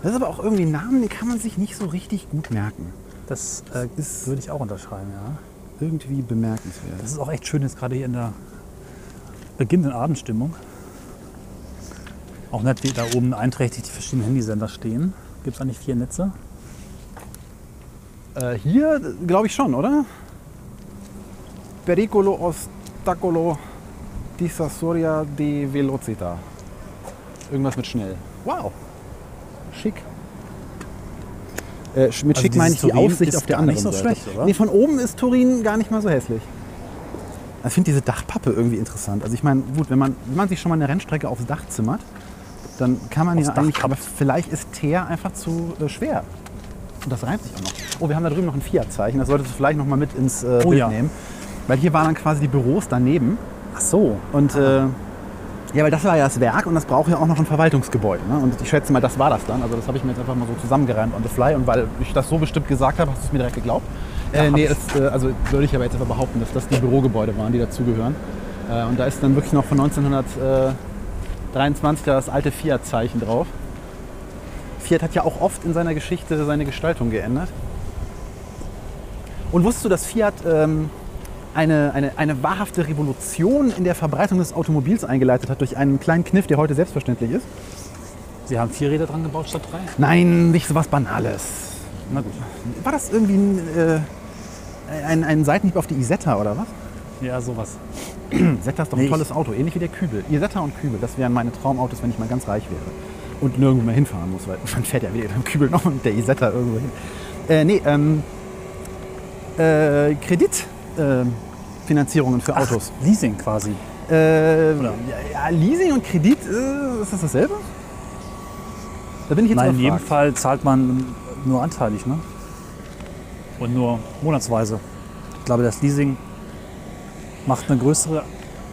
Das ist aber auch irgendwie ein Namen, den kann man sich nicht so richtig gut merken.
Das äh, ist, würde ich auch unterschreiben, ja.
Irgendwie bemerkenswert.
Das ist auch echt schön jetzt gerade hier in der beginnenden Abendstimmung. Auch nett, wie da oben einträchtig die verschiedenen Handysender stehen. Gibt es eigentlich vier Netze?
Äh, hier glaube ich schon, oder? Pericolo ostacolo di Sassoria di Velocita. Irgendwas mit schnell. Wow. Schick. Äh, sch- mit
Also
schick meine ich
dieses
die
Turin
Aussicht
ist
auf der
gar nicht
anderen
so
Seite.
schlecht, oder?
Nee, von oben ist Turin gar nicht mal so hässlich. Ich finde diese Dachpappe irgendwie interessant. Also ich meine, gut, wenn man, wenn man sich schon mal eine Rennstrecke aufs Dach zimmert, dann kann man
Aufs
ja
Dach
eigentlich, aber vielleicht ist Teer einfach zu äh, schwer. Und das reimt sich auch noch. Oh, wir haben da drüben noch ein Fiat-Zeichen. Das solltest du vielleicht noch mal mit ins äh, Bild
ja.
nehmen. Weil hier waren dann quasi die Büros daneben.
Ach so.
Und äh, ja, weil das war ja das Werk und das braucht ja auch noch ein Verwaltungsgebäude. Ne? Und ich schätze mal, das war das dann. Also das habe ich mir jetzt einfach mal so zusammengereimt on the fly. Und weil ich das so bestimmt gesagt habe, hast du es mir direkt geglaubt. Äh, nee, das, äh, also würde ich aber jetzt einfach behaupten, dass das die Bürogebäude waren, die dazugehören. Äh, und da ist dann wirklich noch von äh, 1923 das alte Fiat-Zeichen drauf. Fiat hat ja auch oft in seiner Geschichte seine Gestaltung geändert. Und wusstest du, dass Fiat ähm, eine, eine, eine wahrhafte Revolution in der Verbreitung des Automobils eingeleitet hat durch einen kleinen Kniff, der heute selbstverständlich ist?
Sie haben vier Räder dran gebaut statt drei?
Nein, nicht so was Banales.
Na gut.
War das irgendwie ein, äh, ein, ein Seitenhieb auf die Isetta oder was?
Ja, sowas.
Isetta ist doch ein
Nee, ich-
tolles Auto, ähnlich wie der Kübel. Isetta und Kübel, das wären meine Traumautos, wenn ich mal ganz reich wäre. Und nirgendwo mehr hinfahren muss, weil man fährt ja weder mit dem Kübel noch mit der Isetta irgendwo hin. Äh, nee, ähm, äh, Kreditfinanzierungen äh, Finanzierungen für Autos.
Leasing quasi.
Äh, ja, ja, Leasing und Kredit, äh, ist das dasselbe? Da bin ich jetzt
Nein, in jedem
überfragt.
Fall zahlt man nur anteilig, ne? Und nur monatsweise. Ich glaube, das Leasing macht eine größere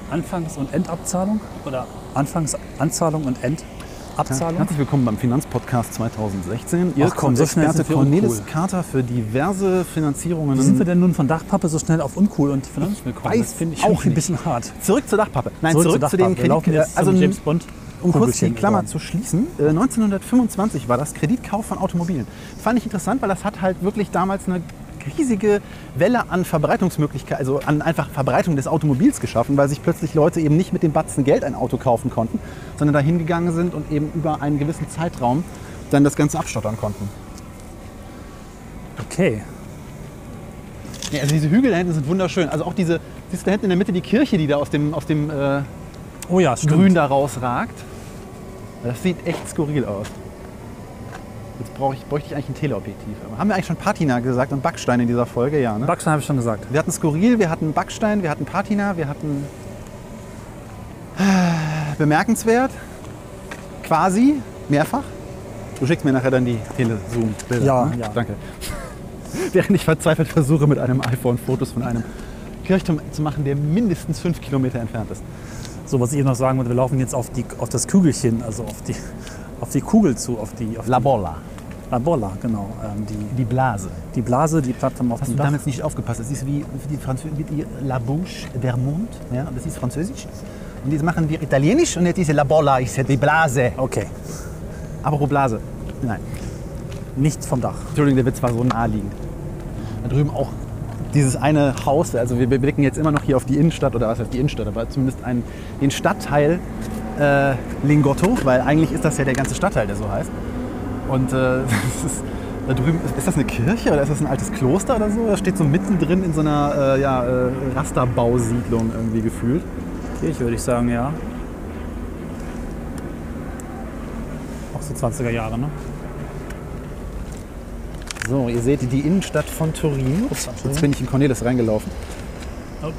Anfangs- und Endabzahlung oder Anfangsanzahlung und Endabzahlung.
Herzlich willkommen beim Finanzpodcast 2016.
Ach komm, so schnell
Experte
sind wir
Cornelis
uncool.
Carter für diverse Finanzierungen.
Wie sind wir denn nun von Dachpappe so schnell auf uncool und vernünftig gekommen?
weiß
das finde ich
auch
irgendwie ein
nicht.
bisschen hart.
zurück zur Dachpappe. Nein, zurück,
zur
zu den
Dachpappe. Wir laufen
Kredit.
jetzt
Also,
zum James Bond.
um kurz die
Kugelchen
Klammer
geworden.
zu schließen, äh, 1925 war das Kreditkauf von Automobilen. Fand ich interessant, weil das hat halt wirklich damals eine riesige Welle an Verbreitungsmöglichkeiten, also an einfach Verbreitung des Automobils geschaffen, weil sich plötzlich Leute eben nicht mit dem Batzen Geld ein Auto kaufen konnten, sondern da hingegangen sind und eben über einen gewissen Zeitraum dann das Ganze abstottern konnten.
Okay.
Ja, also diese Hügel da hinten sind wunderschön. Also auch diese, siehst du da hinten in der Mitte die Kirche, die da aus dem, aus dem äh,
Oh ja, stimmt.
grün da rausragt. Das sieht echt skurril aus. Jetzt brauche ich, bräuchte ich eigentlich ein Teleobjektiv. Aber haben wir eigentlich schon Patina gesagt und Backstein in dieser Folge? Ja, ne?
Backstein habe ich schon gesagt.
Wir hatten skurril, wir hatten Backstein, wir hatten Patina, wir hatten äh, bemerkenswert, quasi, mehrfach. Du schickst mir nachher dann die Telezoom-Bilder.
Ja,
ne?
ja.
Danke. Während ich verzweifelt versuche, mit einem iPhone Fotos von einem Kirchturm zu machen, der mindestens fünf Kilometer entfernt ist.
So, was ich eben noch sagen wollte, wir laufen jetzt auf, die, auf das Kügelchen, also auf die, auf die Kugel zu, auf die, auf
La Bolla,
die La Bolla, genau. Ähm, die,
die Blase.
die Blase, die Plattform auf
Hast
dem
du
Dach.
damals nicht aufgepasst? Das ist wie die Franzö wie die La Bouche der Mund. Ja? Das ist Französisch. Und jetzt machen wir Italienisch und jetzt ist La Bolla, ist die Blase.
Okay,
Apropos Blase. Nein.
nicht vom Dach.
Entschuldigung, der Witz war so naheliegend. Da drüben auch dieses eine Haus, also wir blicken jetzt immer noch hier auf die Innenstadt, oder was heißt die Innenstadt, aber zumindest einen, den Stadtteil äh, Lingotto, weil eigentlich ist das ja der ganze Stadtteil, der so heißt. Und äh, das ist, da drüben, ist das eine Kirche oder ist das ein altes Kloster oder so? Das steht so mittendrin in so einer äh, ja, äh, Rasterbausiedlung irgendwie gefühlt.
Kirche würde ich sagen, ja. Auch so 20er Jahre, ne?
So, ihr seht die Innenstadt von Turin. Ups, jetzt bin ich in Cornelis reingelaufen.
Oh.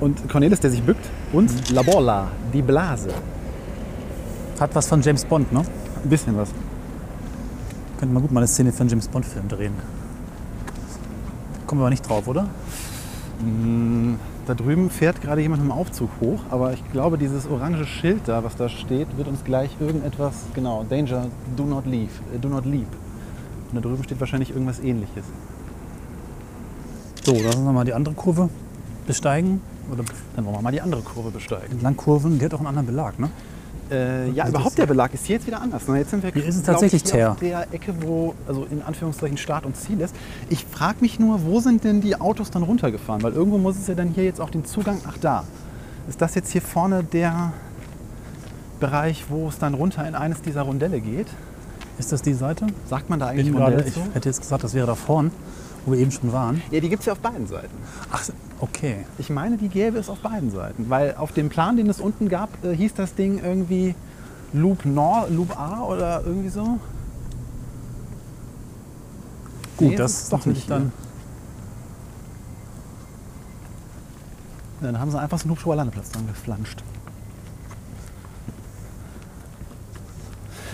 Und Cornelis, der Mhm. sich bückt, und La Bolla, die Blase.
Hat was von James Bond, ne?
Ein bisschen was.
Könnte man gut mal eine Szene für einen James Bond-Film drehen. Kommen wir aber nicht drauf, oder?
Hm, Da drüben fährt gerade jemand mit dem Aufzug hoch, aber ich glaube, dieses orange Schild da, was da steht, wird uns gleich irgendetwas, genau, Danger, do not leave, äh, do not leap. Und da drüben steht wahrscheinlich irgendwas ähnliches.
So, lass uns nochmal die andere Kurve besteigen. Oder
Dann wollen wir mal die andere Kurve besteigen.
entlang Kurven, die hat auch einen anderen Belag, ne?
Äh, ja, überhaupt der Belag ist hier jetzt wieder anders. Ne? Jetzt sind wir
Hier ist es
glaub
tatsächlich
ich, hier auf der Ecke, wo also in Anführungszeichen Start und Ziel ist. Ich frage mich nur, wo sind denn die Autos dann runtergefahren? Weil irgendwo muss es ja dann hier jetzt auch den Zugang. Ach da. Ist das jetzt hier vorne der Bereich, wo es dann runter in eines dieser Rondelle geht?
Ist das die Seite?
Sagt man da
Bin
eigentlich
ich, gerade,
Rondelle
ich
zu?
hätte jetzt gesagt, das wäre da vorn, wo wir eben schon waren.
Ja, die gibt es ja auf beiden Seiten.
Ach, okay.
Ich meine, die gäbe es auf beiden Seiten. Weil auf dem Plan, den es unten gab, äh, hieß das Ding irgendwie Loop Nor, Loop A oder irgendwie so.
Gut,
Nee, es
das
ist
ist
doch
natürlich
nicht
dann.
Dann haben sie einfach so einen Hubschrauberlandeplatz dran geflanscht.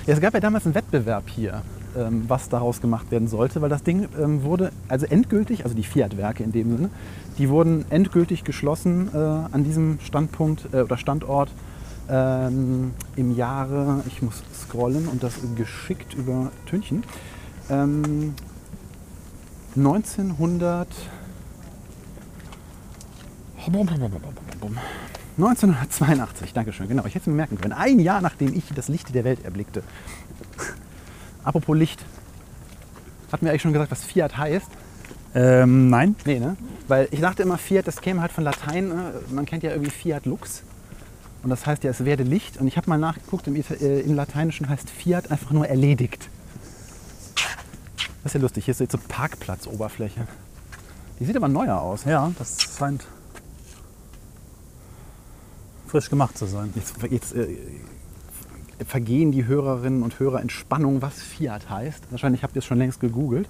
Ja, es gab ja damals einen Wettbewerb hier, ähm, was daraus gemacht werden sollte, weil das Ding ähm, wurde, also endgültig, also die Fiat-Werke in dem Sinne, die wurden endgültig geschlossen äh, an diesem Standpunkt äh, oder Standort ähm, im Jahre, ich muss scrollen und das geschickt über Tünchen, ähm, 1900. 1982, Dankeschön, genau. Ich hätte es mir merken können. Ein Jahr nachdem ich das Licht der Welt erblickte. Apropos Licht. Hatten wir eigentlich schon gesagt, was Fiat heißt?
Ähm, nein.
Nee, ne? Weil ich dachte immer, Fiat, das käme halt von Latein. ne? Man kennt ja irgendwie Fiat Lux. Und das heißt ja, es werde Licht. Und ich habe mal nachgeguckt, im, Ita- äh, im Lateinischen heißt Fiat einfach nur erledigt. Das ist ja lustig. Hier ist jetzt so Parkplatzoberfläche. Die sieht aber neuer aus.
Ja, das scheint frisch gemacht zu sein.
Jetzt, jetzt äh, vergehen die Hörerinnen und Hörer in Spannung, was Fiat heißt. Wahrscheinlich habt ihr es schon längst gegoogelt.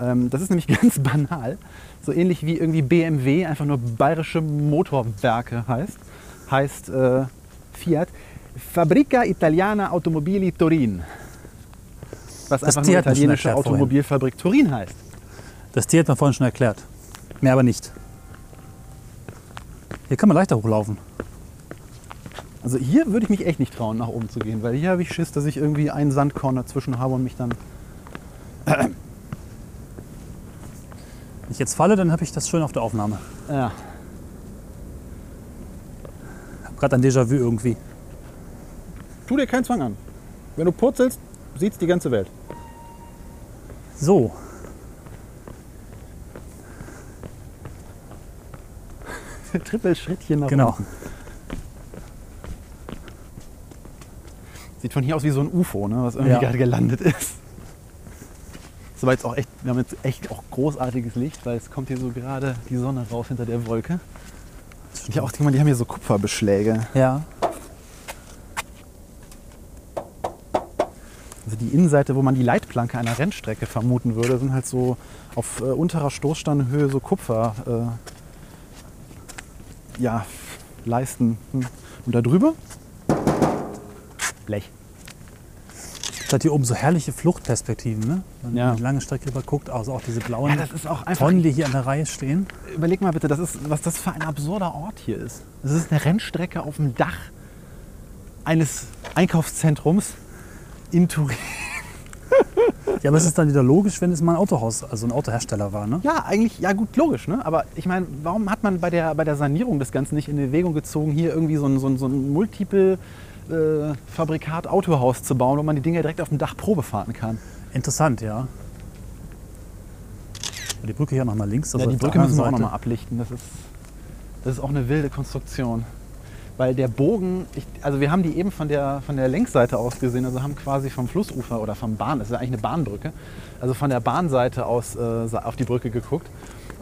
Ähm, das ist nämlich ganz banal. So ähnlich wie irgendwie BMW einfach nur Bayerische Motorwerke heißt, heißt äh, Fiat Fabrica Italiana Automobili Turin. Was
Das
einfach
T
nur
hat man schon
italienische
erklärt vorhin.
Automobilfabrik Turin heißt.
Das Tier hat man vorhin schon erklärt. Mehr aber nicht. Hier kann man leichter hochlaufen.
Also hier würde ich mich echt nicht trauen, nach oben zu gehen, weil hier habe ich Schiss, dass ich irgendwie einen Sandkorn dazwischen habe und mich dann
Wenn ich jetzt falle, dann habe ich das schön auf der Aufnahme.
ja,
Hab gerade ein Déjà-vu irgendwie.
Tu dir keinen Zwang an. Wenn du purzelst, sieht's die ganze Welt.
So.
Trippelschrittchen nach
Genau.
unten. Sieht von hier aus wie so ein UFO, ne, was irgendwie
Ja.
gerade gelandet ist. Das war jetzt auch echt, wir haben jetzt echt auch großartiges Licht, weil es kommt hier so gerade die Sonne raus hinter der Wolke. Und ja, auch, guck mal, die haben hier so Kupferbeschläge.
Ja.
Also die Innenseite, wo man die Leitplanke einer Rennstrecke vermuten würde, sind halt so auf äh, unterer Stoßstandenhöhe so Kupfer, äh, ja, Leisten. Hm. Und da drüber Blech.
Es hat hier oben so herrliche Fluchtperspektiven, ne? Wenn
Ja.
man die lange Strecke überguckt, also auch diese blauen
Ja, das ist auch einfach.
Tonnen, die hier an der Reihe stehen.
Überleg mal bitte, das ist, was das für ein absurder Ort hier ist. Es ist eine Rennstrecke auf dem Dach eines Einkaufszentrums in Turin.
Ja, aber es ist dann wieder logisch, wenn es mal ein Autohaus, also ein Autohersteller war, ne?
Ja, eigentlich, ja gut, logisch, ne? Aber ich meine, warum hat man bei der, bei der Sanierung des Ganzen nicht in Erwägung gezogen, hier irgendwie so ein, so ein, so ein multiple äh, Fabrikat Autohaus zu bauen, wo man die Dinger direkt auf dem Dach Probe fahren kann?
Interessant, ja. Die Brücke hier nochmal links. also
ja, die
auf der
Brücke müssen wir auch
anderen Seite.
nochmal ablichten. Das ist, das ist auch eine wilde Konstruktion. Weil der Bogen, ich, also wir haben die eben von der, von der Längsseite aus gesehen, also haben quasi vom Flussufer oder vom Bahn, das ist ja eigentlich eine Bahnbrücke, also von der Bahnseite aus äh, sa- auf die Brücke geguckt.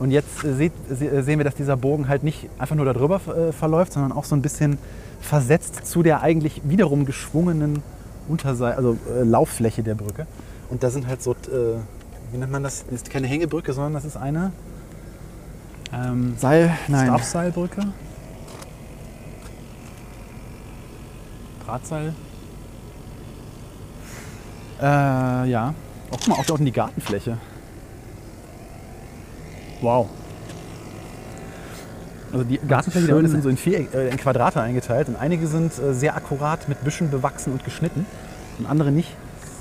Und jetzt äh, seht, se- äh, sehen wir, dass dieser Bogen halt nicht einfach nur darüber äh, verläuft, sondern auch so ein bisschen versetzt zu der eigentlich wiederum geschwungenen Unterseite, also äh, Lauffläche der Brücke. Und da sind halt so, äh, wie nennt man das? Das ist keine Hängebrücke, sondern das ist eine ähm, Seil, nein.
Stabseilbrücke.
Drahtseil. Äh, ja. Oh, guck mal, auch dort in die Gartenfläche. Wow. Also die Gartenfläche da unten sind so in, vier, äh, in Quadrate eingeteilt und einige sind äh, sehr akkurat mit Büschen bewachsen und geschnitten und andere nicht.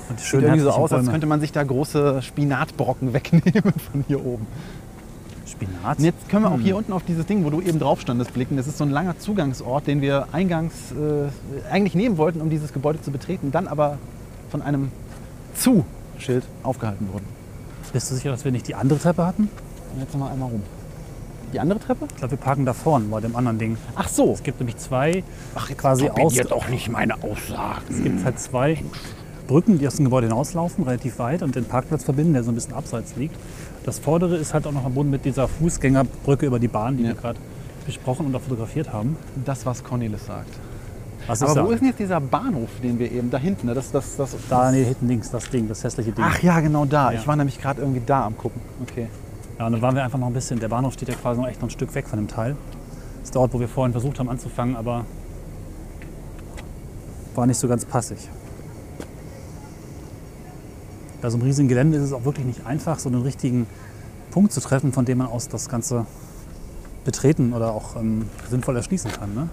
Und die
Sieht
schönen
irgendwie so
herbstlichen
aus, als
Bäume.
könnte man sich da große Spinatbrocken wegnehmen von hier oben. Hm.
Spinat.
Und jetzt können wir auch hier unten auf dieses Ding, wo du eben drauf standest, blicken. Das ist so ein langer Zugangsort, den wir eingangs äh, eigentlich nehmen wollten, um dieses Gebäude zu betreten, dann aber von einem Zu-Schild aufgehalten wurden.
Bist du sicher, dass wir nicht die andere Treppe hatten?
Und jetzt nochmal einmal rum. Die andere Treppe?
Ich glaube, wir parken da vorne bei dem anderen Ding.
Ach so.
Es gibt nämlich zwei Ach, quasi aus.
auch nicht meine Aussagen.
Es gibt halt zwei Brücken, die aus dem Gebäude hinauslaufen, relativ weit, und den Parkplatz verbinden, der so ein bisschen abseits liegt. Das vordere ist halt auch noch am Boden mit dieser Fußgängerbrücke über die Bahn, die
Ja.
wir gerade besprochen und auch fotografiert haben.
Das, was Cornelis sagt.
Was
Aber
ist
wo
da?
ist denn jetzt dieser Bahnhof, den wir eben da hinten? ne? Das, das, das,
da
das,
nee, hinten links, das Ding, das hässliche Ding.
Ach ja, genau da.
Ja.
Ich war nämlich gerade irgendwie da am gucken. Okay.
Ja, und dann waren wir einfach noch ein bisschen. Der Bahnhof steht ja quasi noch echt noch ein Stück weg von dem Teil. Das ist der Ort, wo wir vorhin versucht haben anzufangen, aber war nicht so ganz passig. Bei so einem riesigen Gelände ist es auch wirklich nicht einfach, so einen richtigen Punkt zu treffen, von dem man aus das Ganze betreten oder auch ähm, sinnvoll erschließen kann. Ne?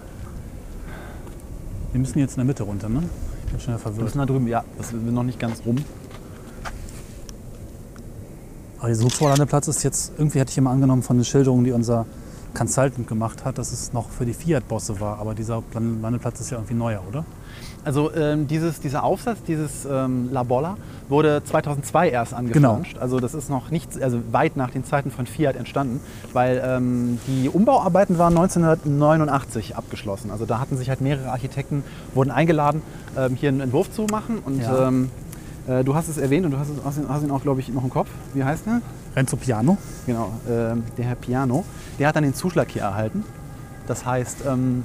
Wir müssen jetzt in der Mitte runter, ne? Ich bin schnell
Wir
verwirrt.
müssen da drüben, ja, das sind wir noch nicht ganz rum.
Aber dieser Hubschrauberlandeplatz ist jetzt, irgendwie hatte ich immer angenommen von den Schilderungen, die unser Consultant gemacht hat, dass es noch für die Fiat-Bosse war. Aber dieser Plan- Landeplatz ist ja irgendwie neuer, oder?
Also ähm, dieses, dieser Aufsatz, dieses ähm, La Bolla, wurde 2002 erst angeflanscht. Also das ist noch nicht, also weit nach den Zeiten von Fiat entstanden, weil ähm, die Umbauarbeiten waren 1989 abgeschlossen. Also da hatten sich halt mehrere Architekten, wurden eingeladen, ähm, hier einen Entwurf zu machen. Und
Ja.
ähm, äh, du hast es erwähnt und du hast, es- hast, ihn, hast ihn auch, glaube ich, noch im Kopf. Wie heißt der?
Renzo Piano.
Genau, ähm, der Herr Piano, der hat dann den Zuschlag hier erhalten. Das heißt, ähm,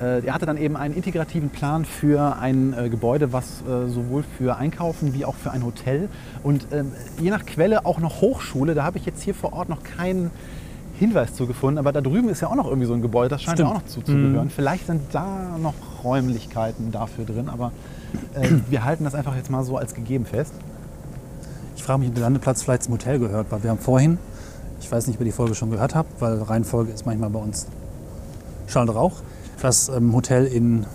äh, er hatte dann eben einen integrativen Plan für ein äh, Gebäude, was äh, sowohl für Einkaufen wie auch für ein Hotel und ähm, je nach Quelle auch noch Hochschule. Da habe ich jetzt hier vor Ort noch keinen Hinweis zu gefunden, aber da drüben ist ja auch noch irgendwie so ein Gebäude, das scheint ja auch
Stimmt.
noch zuzugehören. Vielleicht sind da noch Räumlichkeiten dafür drin, aber äh, wir halten das einfach jetzt mal so als gegeben fest.
Ich frage mich, ob der Landeplatz vielleicht zum Hotel gehört, weil wir haben vorhin, ich weiß nicht, ob ihr die Folge schon gehört habt, weil Reihenfolge ist manchmal bei uns Schall und Rauch. Das ähm, Hotel in,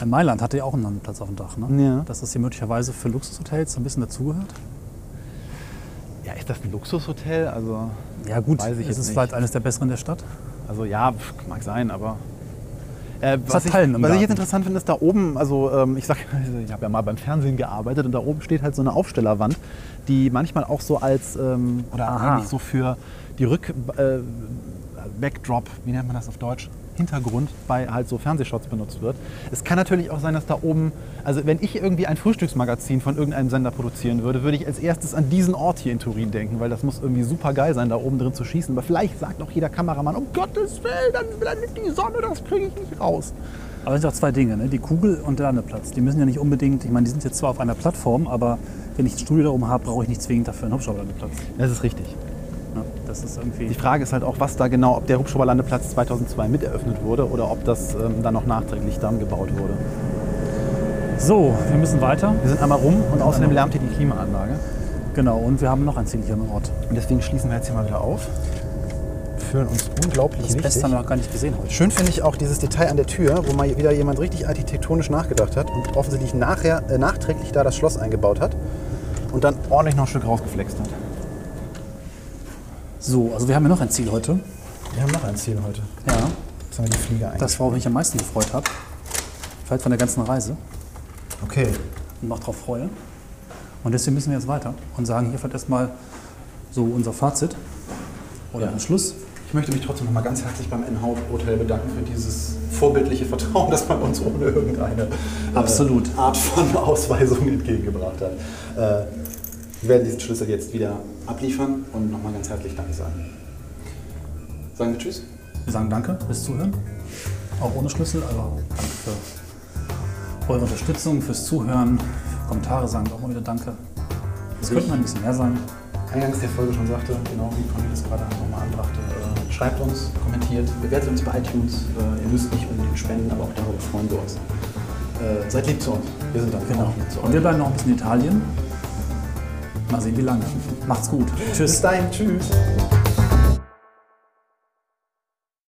in Mailand hatte ja auch einen Landeplatz auf dem Dach, ne?
Ja.
Dass das hier möglicherweise für Luxushotels so ein bisschen dazugehört.
Ja, ist das ein Luxushotel? Also
Ja gut,
Weiß ich
ist halt-
jetzt
es
nicht.
vielleicht eines der besseren der Stadt?
Also ja, pf, mag sein, aber. Äh,
hat
was ich, was
Hallen im
ich jetzt
Garten.
interessant finde, ist da oben, also ähm, ich sag, ich habe ja mal beim Fernsehen gearbeitet und da oben steht halt so eine Aufstellerwand, die manchmal auch so als, ähm, oder
Aha.
eigentlich so für die Rück, äh, Backdrop, wie nennt man das auf Deutsch? Hintergrund bei halt so Fernsehshots benutzt wird. Es kann natürlich auch sein, dass da oben, also wenn ich irgendwie ein Frühstücksmagazin von irgendeinem Sender produzieren würde, würde ich als erstes an diesen Ort hier in Turin denken, weil das muss irgendwie super geil sein, da oben drin zu schießen. Aber vielleicht sagt auch jeder Kameramann, um Gottes Willen, dann blendet die Sonne, das kriege ich nicht raus.
Aber es sind auch zwei Dinge, ne? die Kugel und der Landeplatz. Die müssen ja nicht unbedingt, ich meine, die sind jetzt zwar auf einer Plattform, aber wenn ich ein Studio da oben habe, brauche ich nicht zwingend dafür einen Hubschrauberlandeplatz.
Das ist richtig.
Ne? Das ist irgendwie.
Die Frage ist halt auch, was da genau, ob der Hubschrauberlandeplatz 2002 mit eröffnet wurde oder ob das ähm, dann noch nachträglich dann gebaut wurde.
So, wir müssen weiter.
Wir sind einmal rum und außerdem lärmt hier die Klimaanlage.
Genau, und wir haben noch ein Ziel hier im Ort.
Und deswegen schließen wir jetzt hier mal wieder auf.
Fühlen uns unglaublich
Das Beste haben wir noch gar nicht gesehen heute.
Schön finde ich auch dieses Detail an der Tür, wo mal wieder jemand richtig architektonisch nachgedacht hat und offensichtlich nachher, äh, nachträglich da das Schloss eingebaut hat und dann
Ordentlich noch ein Stück rausgeflext hat.
So, also wir haben ja noch ein Ziel heute.
Wir haben noch ein Ziel heute.
Ja,
Jetzt haben wir die Fliege ein.
das, worauf ich mich am meisten gefreut habe. Vielleicht von der ganzen Reise
Okay.
und noch drauf freue. Und deswegen müssen wir jetzt weiter und sagen hier vielleicht erstmal so unser Fazit oder
Ja.
den Schluss.
Ich möchte mich trotzdem nochmal ganz herzlich beim NH Hotel bedanken für dieses vorbildliche Vertrauen, das man uns ohne irgendeine äh,
Absolut.
Art von Ausweisung entgegengebracht hat. Äh, wir werden diesen Schlüssel jetzt wieder abliefern und nochmal ganz herzlich Danke sagen. Sagen wir Tschüss.
Wir sagen danke fürs Zuhören. Auch ohne Schlüssel, aber danke für eure Unterstützung, fürs Zuhören. Für Kommentare sagen wir auch mal wieder danke. Es könnte mal ein bisschen mehr sein.
eingangs der Folge schon sagte, genau wie Cornelis gerade nochmal anbrachte, äh, schreibt uns, kommentiert, bewertet uns bei iTunes. Äh, ihr müsst nicht unbedingt spenden, aber auch darüber freuen wir uns.
Äh, seid lieb zu uns. Wir sind dann
Genau.
auch lieb zu euch.
Und wir bleiben noch ein bisschen in Italien. Mal sehen, wie lange. Macht's gut. Tschüss.
Bis dahin, tschüss.